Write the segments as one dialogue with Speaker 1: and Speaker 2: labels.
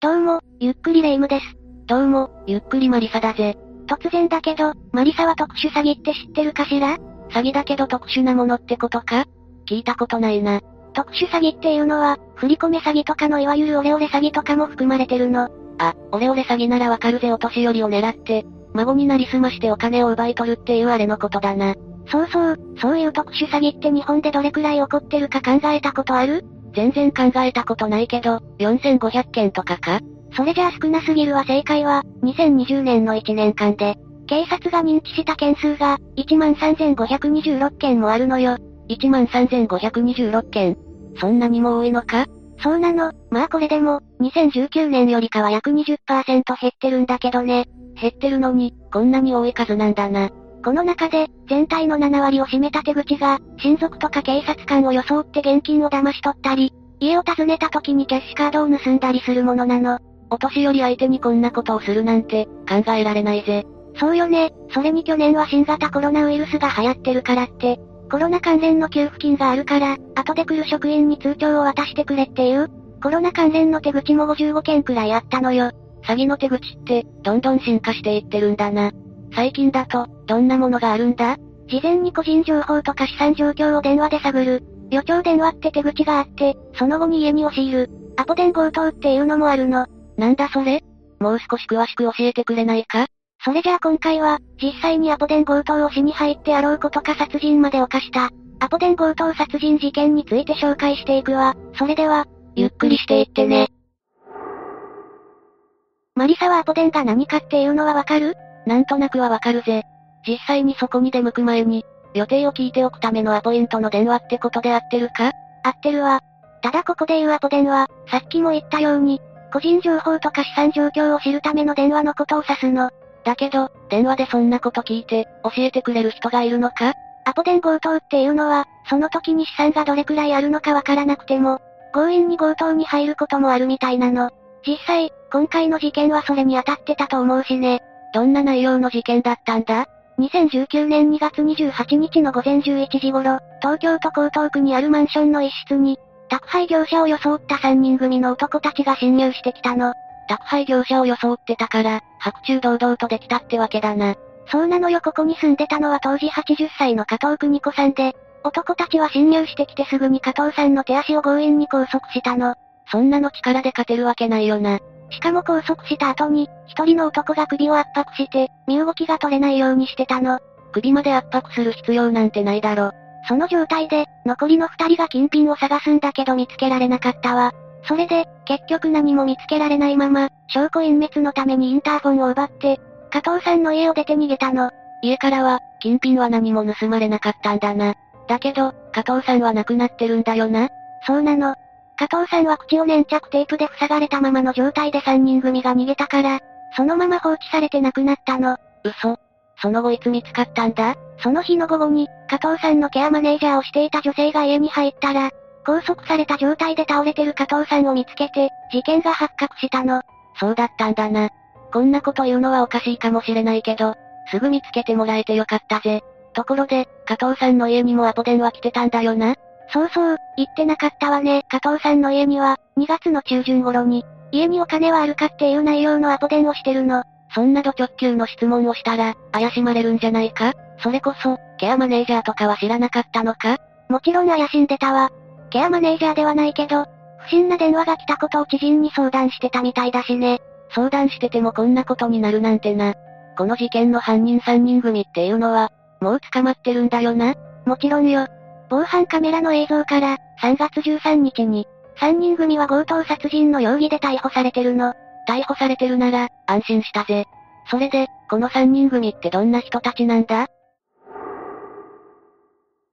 Speaker 1: どうも、ゆっくりレ夢ムです。
Speaker 2: どうも、ゆっくりマリサだぜ。
Speaker 1: 突然だけど、マリサは特殊詐欺って知ってるかしら
Speaker 2: 詐欺だけど特殊なものってことか聞いたことないな。
Speaker 1: 特殊詐欺っていうのは、振り込め詐欺とかのいわゆるオレオレ詐欺とかも含まれてるの。
Speaker 2: あ、オレオレ詐欺ならわかるぜお年寄りを狙って、孫になりすましてお金を奪い取るっていうあれのことだな。
Speaker 1: そうそう、そういう特殊詐欺って日本でどれくらい起こってるか考えたことある
Speaker 2: 全然考えたことないけど、4500件とかか
Speaker 1: それじゃあ少なすぎるわ正解は、2020年の1年間で、警察が認知した件数が、13,526件もあるのよ。
Speaker 2: ?13,526 件。そんなにも多いのか
Speaker 1: そうなの、まあこれでも、2019年よりかは約20%減ってるんだけどね。
Speaker 2: 減ってるのに、こんなに多い数なんだな。
Speaker 1: この中で、全体の7割を占めた手口が、親族とか警察官を装って現金を騙し取ったり、家を訪ねた時にキャッシュカードを盗んだりするものなの。
Speaker 2: お年寄り相手にこんなことをするなんて、考えられないぜ。
Speaker 1: そうよね、それに去年は新型コロナウイルスが流行ってるからって、コロナ関連の給付金があるから、後で来る職員に通帳を渡してくれっていう、コロナ関連の手口も55件くらいあったのよ。
Speaker 2: 詐欺の手口って、どんどん進化していってるんだな。最近だと、どんなものがあるんだ
Speaker 1: 事前に個人情報とか資産状況を電話で探る。予兆電話って手口があって、その後に家に押し入る。アポ電強盗っていうのもあるの。
Speaker 2: なんだそれもう少し詳しく教えてくれないか
Speaker 1: それじゃあ今回は、実際にアポ電強盗をしに入ってあろうことか殺人まで犯した、アポ電強盗殺人事件について紹介していくわ。それでは、
Speaker 2: ゆっくりしていってね。
Speaker 1: マリサはアポ電が何かっていうのはわかる
Speaker 2: なんとなくはわかるぜ。実際にそこに出向く前に、予定を聞いておくためのアポイントの電話ってことで合ってるか
Speaker 1: 合ってるわ。ただここで言うアポ電は、さっきも言ったように、個人情報とか資産状況を知るための電話のことを指すの。
Speaker 2: だけど、電話でそんなこと聞いて、教えてくれる人がいるのか
Speaker 1: アポ電強盗っていうのは、その時に資産がどれくらいあるのかわからなくても、強引に強盗に入ることもあるみたいなの。実際、今回の事件はそれに当たってたと思うしね。
Speaker 2: どんな内容の事件だったんだ
Speaker 1: 2019年2月28日の午前11時頃、東京都江東区にあるマンションの一室に、宅配業者を装った3人組の男たちが侵入してきたの。
Speaker 2: 宅配業者を装ってたから、白昼堂々とできたってわけだな。
Speaker 1: そうなのよここに住んでたのは当時80歳の加藤邦子さんで、男たちは侵入してきてすぐに加藤さんの手足を強引に拘束したの。
Speaker 2: そんなの力で勝てるわけないよな。
Speaker 1: しかも拘束した後に、一人の男が首を圧迫して、身動きが取れないようにしてたの。
Speaker 2: 首まで圧迫する必要なんてないだろ。
Speaker 1: その状態で、残りの二人が金品を探すんだけど見つけられなかったわ。それで、結局何も見つけられないまま、証拠隠滅のためにインターフォンを奪って、加藤さんの家を出て逃げたの。
Speaker 2: 家からは、金品は何も盗まれなかったんだな。だけど、加藤さんは亡くなってるんだよな。
Speaker 1: そうなの。加藤さんは口を粘着テープで塞がれたままの状態で三人組が逃げたから、そのまま放置されて亡くなったの。
Speaker 2: 嘘。その後いつ見つかったんだ
Speaker 1: その日の午後に、加藤さんのケアマネージャーをしていた女性が家に入ったら、拘束された状態で倒れてる加藤さんを見つけて、事件が発覚したの。
Speaker 2: そうだったんだな。こんなこと言うのはおかしいかもしれないけど、すぐ見つけてもらえてよかったぜ。ところで、加藤さんの家にもアポ電は来てたんだよな。
Speaker 1: そうそう、言ってなかったわね。加藤さんの家には、2月の中旬頃に、家にお金はあるかっていう内容のアポ電をしてるの。
Speaker 2: そんなド直球の質問をしたら、怪しまれるんじゃないかそれこそ、ケアマネージャーとかは知らなかったのか
Speaker 1: もちろん怪しんでたわ。ケアマネージャーではないけど、不審な電話が来たことを知人に相談してたみたいだしね。
Speaker 2: 相談しててもこんなことになるなんてな。この事件の犯人3人組っていうのは、もう捕まってるんだよな。
Speaker 1: もちろんよ。防犯カメラの映像から、3月13日に、3人組は強盗殺人の容疑で逮捕されてるの。
Speaker 2: 逮捕されてるなら、安心したぜ。それで、この3人組ってどんな人たちなんだ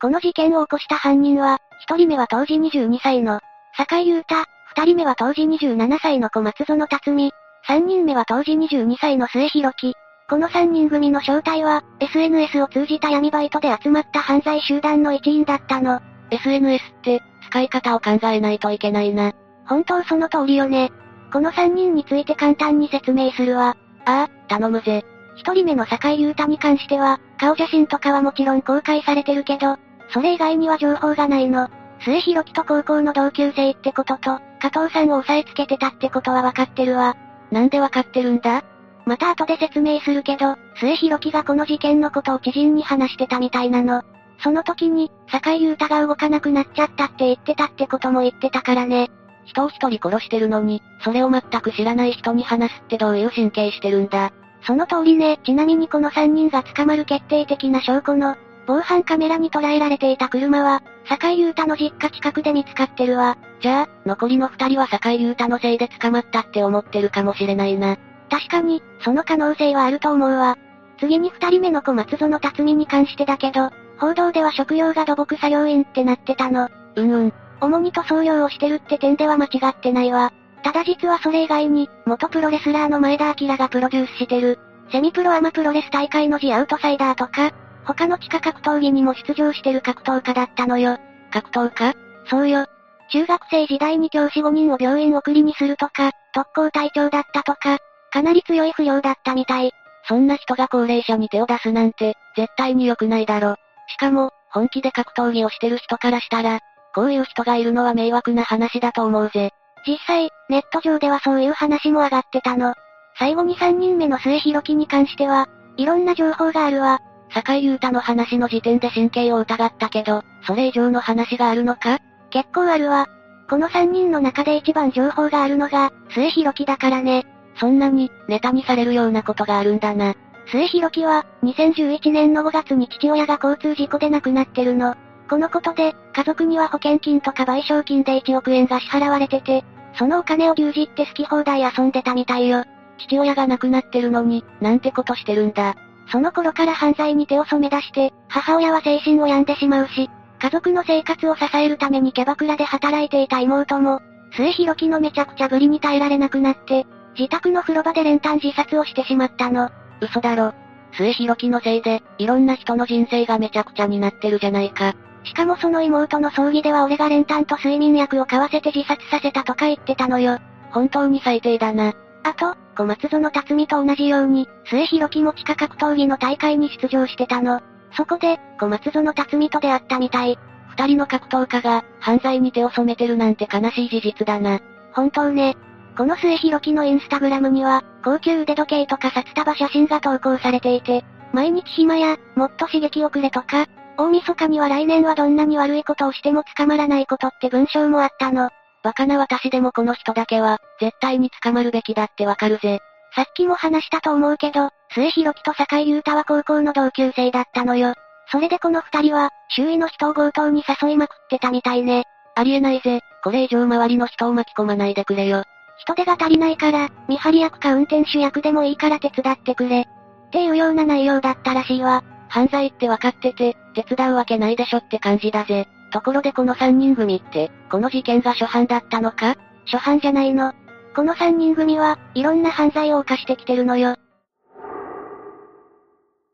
Speaker 1: この事件を起こした犯人は、1人目は当時22歳の、坂井優太、2人目は当時27歳の小松園辰巳、3人目は当時22歳の末広木。この3人組の正体は、SNS を通じた闇バイトで集まった犯罪集団の一員だったの。
Speaker 2: ?SNS って、使い方を考えないといけないな。
Speaker 1: 本当その通りよね。この3人について簡単に説明するわ。
Speaker 2: ああ、頼むぜ。
Speaker 1: 一人目の坂井優太に関しては、顔写真とかはもちろん公開されてるけど、それ以外には情報がないの。末広樹と高校の同級生ってことと、加藤さんを押さえつけてたってことはわかってるわ。
Speaker 2: なんでわかってるんだ
Speaker 1: また後で説明するけど、末広樹がこの事件のことを知人に話してたみたいなの。その時に、坂井優太が動かなくなっちゃったって言ってたってことも言ってたからね。
Speaker 2: 人を一人殺してるのに、それを全く知らない人に話すってどういう神経してるんだ。
Speaker 1: その通りね、ちなみにこの3人が捕まる決定的な証拠の、防犯カメラに捉えられていた車は、坂井優太の実家近くで見つかってるわ。
Speaker 2: じゃあ、残りの2人は坂井優太のせいで捕まったって思ってるかもしれないな。
Speaker 1: 確かに、その可能性はあると思うわ。次に2人目の小松園辰巳に関してだけど、報道では職業が土木作業員ってなってたの。
Speaker 2: うんうん。
Speaker 1: 主に塗装業をしてるって点では間違ってないわ。ただ実はそれ以外に、元プロレスラーの前田明がプロデュースしてる、セミプロアマプロレス大会のジアウトサイダーとか、他の地下格闘技にも出場してる格闘家だったのよ。
Speaker 2: 格闘家
Speaker 1: そうよ。中学生時代に教師5人を病院送りにするとか、特攻隊長だったとか、かなり強い不良だったみたい。
Speaker 2: そんな人が高齢者に手を出すなんて、絶対に良くないだろ。しかも、本気で格闘技をしてる人からしたら、こういう人がいるのは迷惑な話だと思うぜ。
Speaker 1: 実際、ネット上ではそういう話も上がってたの。最後に3人目の末広樹に関しては、いろんな情報があるわ。
Speaker 2: 坂井優太の話の時点で神経を疑ったけど、それ以上の話があるのか
Speaker 1: 結構あるわ。この3人の中で一番情報があるのが、末広樹だからね。
Speaker 2: そんなに、ネタにされるようなことがあるんだな。
Speaker 1: 末広樹は、2011年の5月に父親が交通事故で亡くなってるの。このことで、家族には保険金とか賠償金で1億円が支払われてて、そのお金を牛耳って好き放題遊んでたみたいよ。
Speaker 2: 父親が亡くなってるのに、なんてことしてるんだ。
Speaker 1: その頃から犯罪に手を染め出して、母親は精神を病んでしまうし、家族の生活を支えるためにキャバクラで働いていた妹も、末広樹のめちゃくちゃぶりに耐えられなくなって、自宅の風呂場で練炭自殺をしてしまったの。
Speaker 2: 嘘だろ。末広樹のせいで、いろんな人の人生がめちゃくちゃになってるじゃないか。
Speaker 1: しかもその妹の葬儀では俺が練炭と睡眠薬を買わせて自殺させたとか言ってたのよ。
Speaker 2: 本当に最低だな。
Speaker 1: あと、小松園辰巳と同じように、末広樹も地下格闘技の大会に出場してたの。そこで、小松園辰巳と出会ったみたい。
Speaker 2: 二人の格闘家が、犯罪に手を染めてるなんて悲しい事実だな。
Speaker 1: 本当ね。この末広樹のインスタグラムには、高級腕時計とか札束写真が投稿されていて、毎日暇や、もっと刺激をくれとか、大晦日には来年はどんなに悪いことをしても捕まらないことって文章もあったの。
Speaker 2: バカな私でもこの人だけは、絶対に捕まるべきだってわかるぜ。
Speaker 1: さっきも話したと思うけど、末広樹と坂井優太は高校の同級生だったのよ。それでこの二人は、周囲の人を強盗に誘いまくってたみたいね。
Speaker 2: ありえないぜ。これ以上周りの人を巻き込まないでくれよ。
Speaker 1: 人手が足りないから、見張り役か運転手役でもいいから手伝ってくれ。っていうような内容だったらしいわ。
Speaker 2: 犯罪って分かってて、手伝うわけないでしょって感じだぜ。ところでこの3人組って、この事件が初犯だったのか
Speaker 1: 初犯じゃないの。この3人組は、いろんな犯罪を犯してきてるのよ。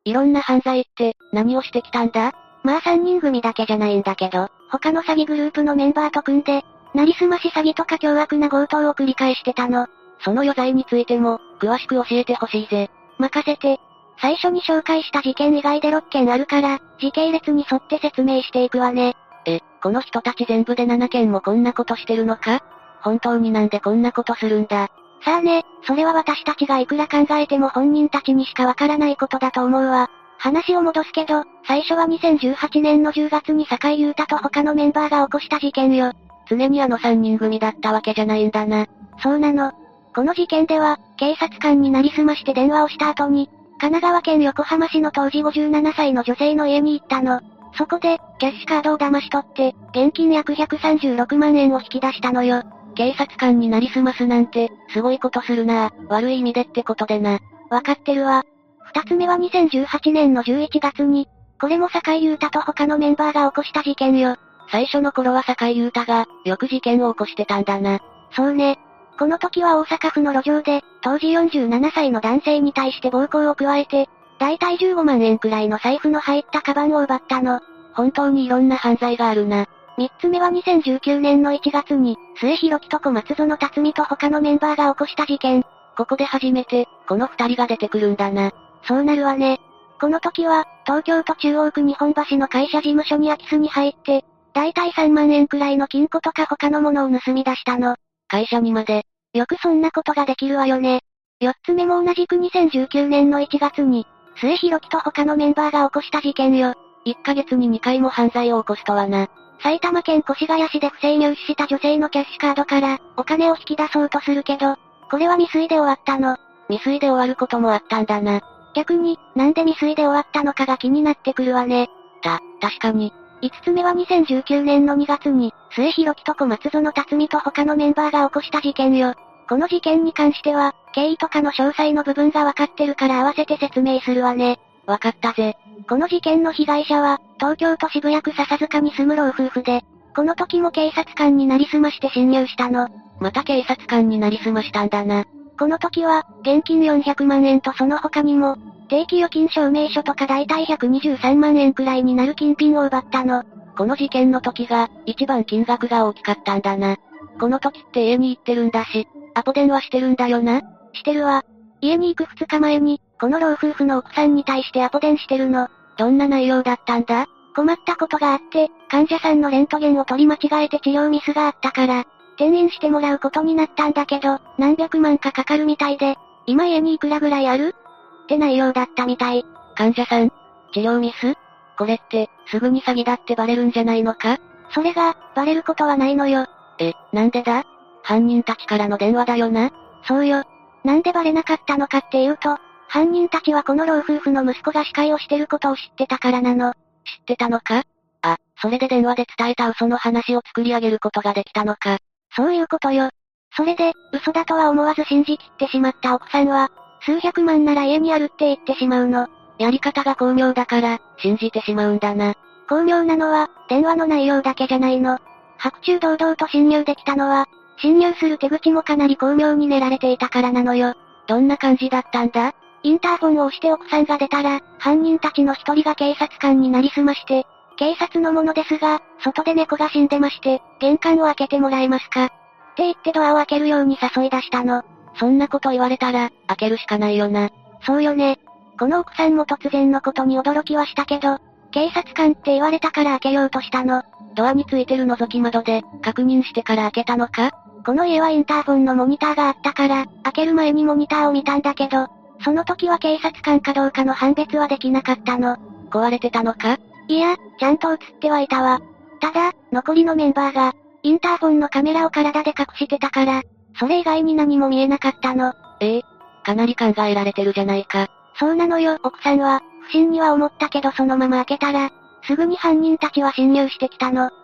Speaker 2: いろんな犯罪って、何をしてきたんだ
Speaker 1: まあ3人組だけじゃないんだけど、他の詐欺グループのメンバーと組んで、なりすまし詐欺とか凶悪な強盗を繰り返してたの。
Speaker 2: その余罪についても、詳しく教えてほしいぜ。
Speaker 1: 任せて。最初に紹介した事件以外で6件あるから、時系列に沿って説明していくわね。
Speaker 2: え、この人たち全部で7件もこんなことしてるのか本当になんでこんなことするんだ。
Speaker 1: さあね、それは私たちがいくら考えても本人たちにしかわからないことだと思うわ。話を戻すけど、最初は2018年の10月に坂井優太と他のメンバーが起こした事件よ。
Speaker 2: 常にあの3人組だったわけじゃないんだな。
Speaker 1: そうなの。この事件では、警察官になりすまして電話をした後に、神奈川県横浜市の当時57歳の女性の家に行ったの。そこで、キャッシュカードを騙し取って、現金約136万円を引き出したのよ。
Speaker 2: 警察官になりすますなんて、すごいことするな悪い意味でってことでな。
Speaker 1: わかってるわ。二つ目は2018年の11月に、これも坂井優太と他のメンバーが起こした事件よ。
Speaker 2: 最初の頃は坂井優太が、よく事件を起こしてたんだな。
Speaker 1: そうね。この時は大阪府の路上で、当時47歳の男性に対して暴行を加えて、大体15万円くらいの財布の入ったカバンを奪ったの。
Speaker 2: 本当にいろんな犯罪があるな。
Speaker 1: 三つ目は2019年の1月に、末広木と小松園辰巳と他のメンバーが起こした事件。
Speaker 2: ここで初めて、この二人が出てくるんだな。
Speaker 1: そうなるわね。この時は、東京都中央区日本橋の会社事務所に空き巣に入って、だいたい3万円くらいの金庫とか他のものを盗み出したの。
Speaker 2: 会社にまで。
Speaker 1: よくそんなことができるわよね。4つ目も同じく2019年の1月に、末広樹と他のメンバーが起こした事件よ。
Speaker 2: 1ヶ月に2回も犯罪を起こすとはな。
Speaker 1: 埼玉県越谷市で不正入手した女性のキャッシュカードから、お金を引き出そうとするけど、これは未遂で終わったの。
Speaker 2: 未遂で終わることもあったんだな。
Speaker 1: 逆に、なんで未遂で終わったのかが気になってくるわね。
Speaker 2: た、確かに。
Speaker 1: 5つ目は2019年の2月に、末広木と小松園辰巳と他のメンバーが起こした事件よ。この事件に関しては、経緯とかの詳細の部分がわかってるから合わせて説明するわね。
Speaker 2: わかったぜ。
Speaker 1: この事件の被害者は、東京都渋谷区笹塚に住む老夫婦で、この時も警察官になりすまして侵入したの。
Speaker 2: また警察官になりすましたんだな。
Speaker 1: この時は、現金400万円とその他にも、定期預金証明書とか大体123万円くらいになる金品を奪ったの。
Speaker 2: この事件の時が、一番金額が大きかったんだな。この時って家に行ってるんだし、アポ電話してるんだよな。
Speaker 1: してるわ。家に行く2日前に、この老夫婦の奥さんに対してアポ電してるの。
Speaker 2: どんな内容だったんだ
Speaker 1: 困ったことがあって、患者さんのレントゲンを取り間違えて治療ミスがあったから、転院してもらうことになったんだけど、何百万かかかるみたいで、今家にいくらぐらいあるって内容だったみたい。
Speaker 2: 患者さん治療ミスこれって、すぐに詐欺だってバレるんじゃないのか
Speaker 1: それが、バレることはないのよ。
Speaker 2: え、なんでだ犯人たちからの電話だよな
Speaker 1: そうよ。なんでバレなかったのかっていうと、犯人たちはこの老夫婦の息子が司会をしてることを知ってたからなの。知
Speaker 2: ってたのかあ、それで電話で伝えた嘘の話を作り上げることができたのか。
Speaker 1: そういうことよ。それで、嘘だとは思わず信じきってしまった奥さんは、数百万なら家にあるって言ってしまうの。
Speaker 2: やり方が巧妙だから、信じてしまうんだな。
Speaker 1: 巧妙なのは、電話の内容だけじゃないの。白昼堂々と侵入できたのは、侵入する手口もかなり巧妙に練られていたからなのよ。
Speaker 2: どんな感じだったんだ
Speaker 1: インターフォンを押して奥さんが出たら、犯人たちの一人が警察官になりすまして、警察のものですが、外で猫が死んでまして、玄関を開けてもらえますか。って言ってドアを開けるように誘い出したの。
Speaker 2: そんなこと言われたら、開けるしかないよな。
Speaker 1: そうよね。この奥さんも突然のことに驚きはしたけど、警察官って言われたから開けようとしたの。
Speaker 2: ドアについてる覗き窓で、確認してから開けたのか
Speaker 1: この家はインターフォンのモニターがあったから、開ける前にモニターを見たんだけど、その時は警察官かどうかの判別はできなかったの。
Speaker 2: 壊れてたのか
Speaker 1: いや、ちゃんと映ってはいたわ。ただ、残りのメンバーが、インターフォンのカメラを体で隠してたから、それ以外に何も見えなかったの。
Speaker 2: ええ、かなり考えられてるじゃないか。
Speaker 1: そうなのよ、奥さんは、不審には思ったけどそのまま開けたら、すぐに犯人たちは侵入してきたの。きっ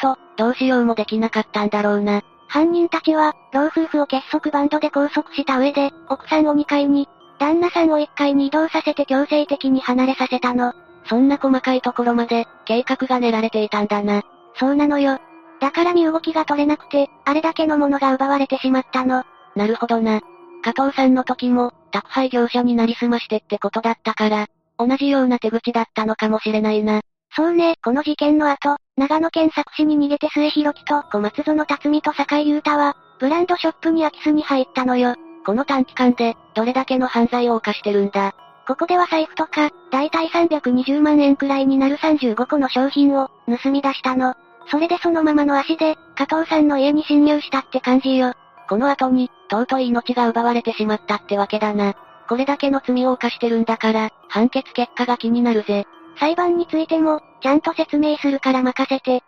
Speaker 2: と、どうしようもできなかったんだろうな。
Speaker 1: 犯人たちは、老夫婦を結束バンドで拘束した上で、奥さんを2階に、旦那さんを1階に移動させて強制的に離れさせたの。
Speaker 2: そんな細かいところまで、計画が練られていたんだな。
Speaker 1: そうなのよ。だから身動きが取れなくて、あれだけのものが奪われてしまったの。
Speaker 2: なるほどな。加藤さんの時も、宅配業者になりすましてってことだったから、同じような手口だったのかもしれないな。
Speaker 1: そうね、この事件の後、長野県佐久市に逃げて末広木と小松園辰巳と坂井優太は、ブランドショップに空き巣に入ったのよ。
Speaker 2: この短期間で、どれだけの犯罪を犯してるんだ。
Speaker 1: ここでは財布とか、だいたい320万円くらいになる35個の商品を、盗み出したの。それでそのままの足で、加藤さんの家に侵入したって感じよ。
Speaker 2: この後に、尊い命が奪われてしまったってわけだな。これだけの罪を犯してるんだから、判決結果が気になるぜ。
Speaker 1: 裁判についても、ちゃんと説明するから任せて。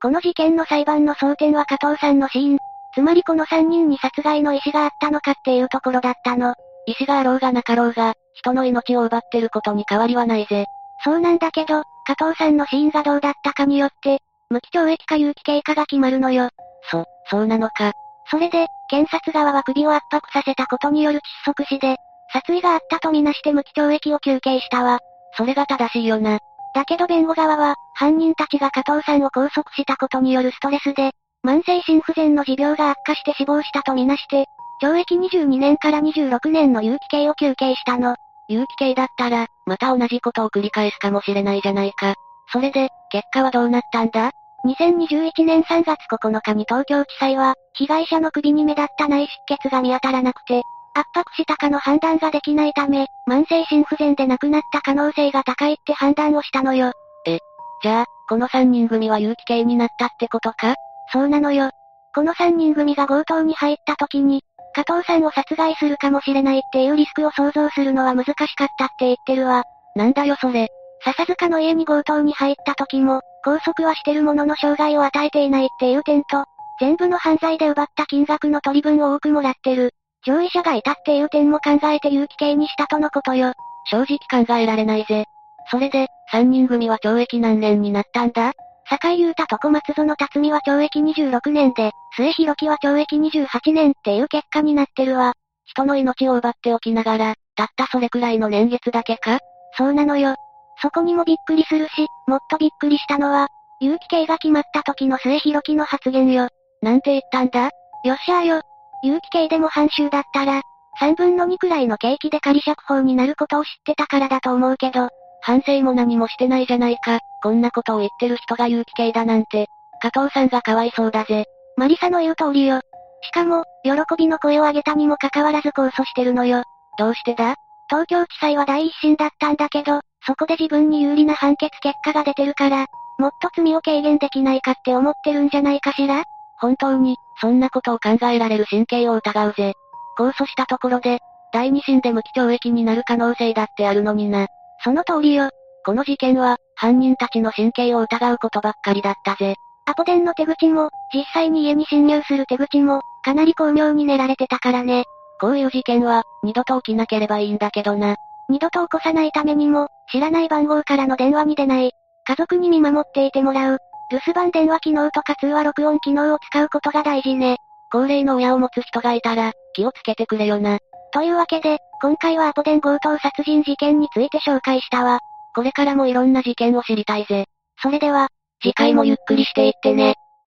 Speaker 1: この事件の裁判の争点は加藤さんの死因。つまりこの3人に殺害の意思があったのかっていうところだったの。
Speaker 2: 意思があろうがなかろうが、人の命を奪ってることに変わりはないぜ。
Speaker 1: そうなんだけど、加藤さんの死因がどうだったかによって、無期懲役か有期刑かが決まるのよ。
Speaker 2: そ、そうなのか。
Speaker 1: それで、検察側は首を圧迫させたことによる窒息死で、殺意があったとみなして無期懲役を求刑したわ。
Speaker 2: それが正しいよな。
Speaker 1: だけど弁護側は、犯人たちが加藤さんを拘束したことによるストレスで、慢性心不全の持病が悪化して死亡したとみなして、懲役22年から26年の有期刑を求刑したの。
Speaker 2: 有期刑だったら、また同じことを繰り返すかもしれないじゃないか。それで、結果はどうなったんだ
Speaker 1: 2021年3月9日に東京地裁は、被害者の首に目立った内出血が見当たらなくて、圧迫したかの判断ができないため、慢性心不全で亡くなった可能性が高いって判断をしたのよ。
Speaker 2: え、じゃあ、この3人組は有機系になったってことか
Speaker 1: そうなのよ。この3人組が強盗に入った時に、加藤さんを殺害するかもしれないっていうリスクを想像するのは難しかったって言ってるわ。
Speaker 2: なんだよそれ。
Speaker 1: 笹塚の家に強盗に入った時も、拘束はしてるものの障害を与えていないっていう点と、全部の犯罪で奪った金額の取り分を多くもらってる。上位者がいたっていう点も考えて有機刑にしたとのことよ。
Speaker 2: 正直考えられないぜ。それで、3人組は懲役何年になったんだ
Speaker 1: 坂井優太と小松園辰巳は懲役26年で、末広木は懲役28年っていう結果になってるわ。
Speaker 2: 人の命を奪っておきながら、たったそれくらいの年月だけか
Speaker 1: そうなのよ。そこにもびっくりするし、もっとびっくりしたのは、有機刑が決まった時の末広木の発言よ。
Speaker 2: なんて言ったんだ
Speaker 1: よっしゃーよ。有機刑でも半周だったら、3分の2くらいの刑期で仮釈放になることを知ってたからだと思うけど、
Speaker 2: 反省も何もしてないじゃないか。こんなことを言ってる人が有機刑だなんて。加藤さんがかわいそうだぜ。
Speaker 1: マリサの言う通りよ。しかも、喜びの声を上げたにもかかわらず控訴してるのよ。
Speaker 2: どうしてだ
Speaker 1: 東京地裁は第一審だったんだけど、そこで自分に有利な判決結果が出てるから、もっと罪を軽減できないかって思ってるんじゃないかしら
Speaker 2: 本当に、そんなことを考えられる神経を疑うぜ。控訴したところで、第二審で無期懲役になる可能性だってあるのにな。
Speaker 1: その通りよ。
Speaker 2: この事件は、犯人たちの神経を疑うことばっかりだったぜ。
Speaker 1: アポ電の手口も、実際に家に侵入する手口も、かなり巧妙に練られてたからね。
Speaker 2: こういう事件は、二度と起きなければいいんだけどな。
Speaker 1: 二度と起こさないためにも、知らない番号からの電話に出ない。家族に見守っていてもらう。留守番電話機能とか通話録音機能を使うことが大事ね。
Speaker 2: 高齢の親を持つ人がいたら、気をつけてくれよな。
Speaker 1: というわけで、今回はアポ電強盗殺人事件について紹介したわ。
Speaker 2: これからもいろんな事件を知りたいぜ。
Speaker 1: それでは、
Speaker 2: 次回もゆっくりしていってね。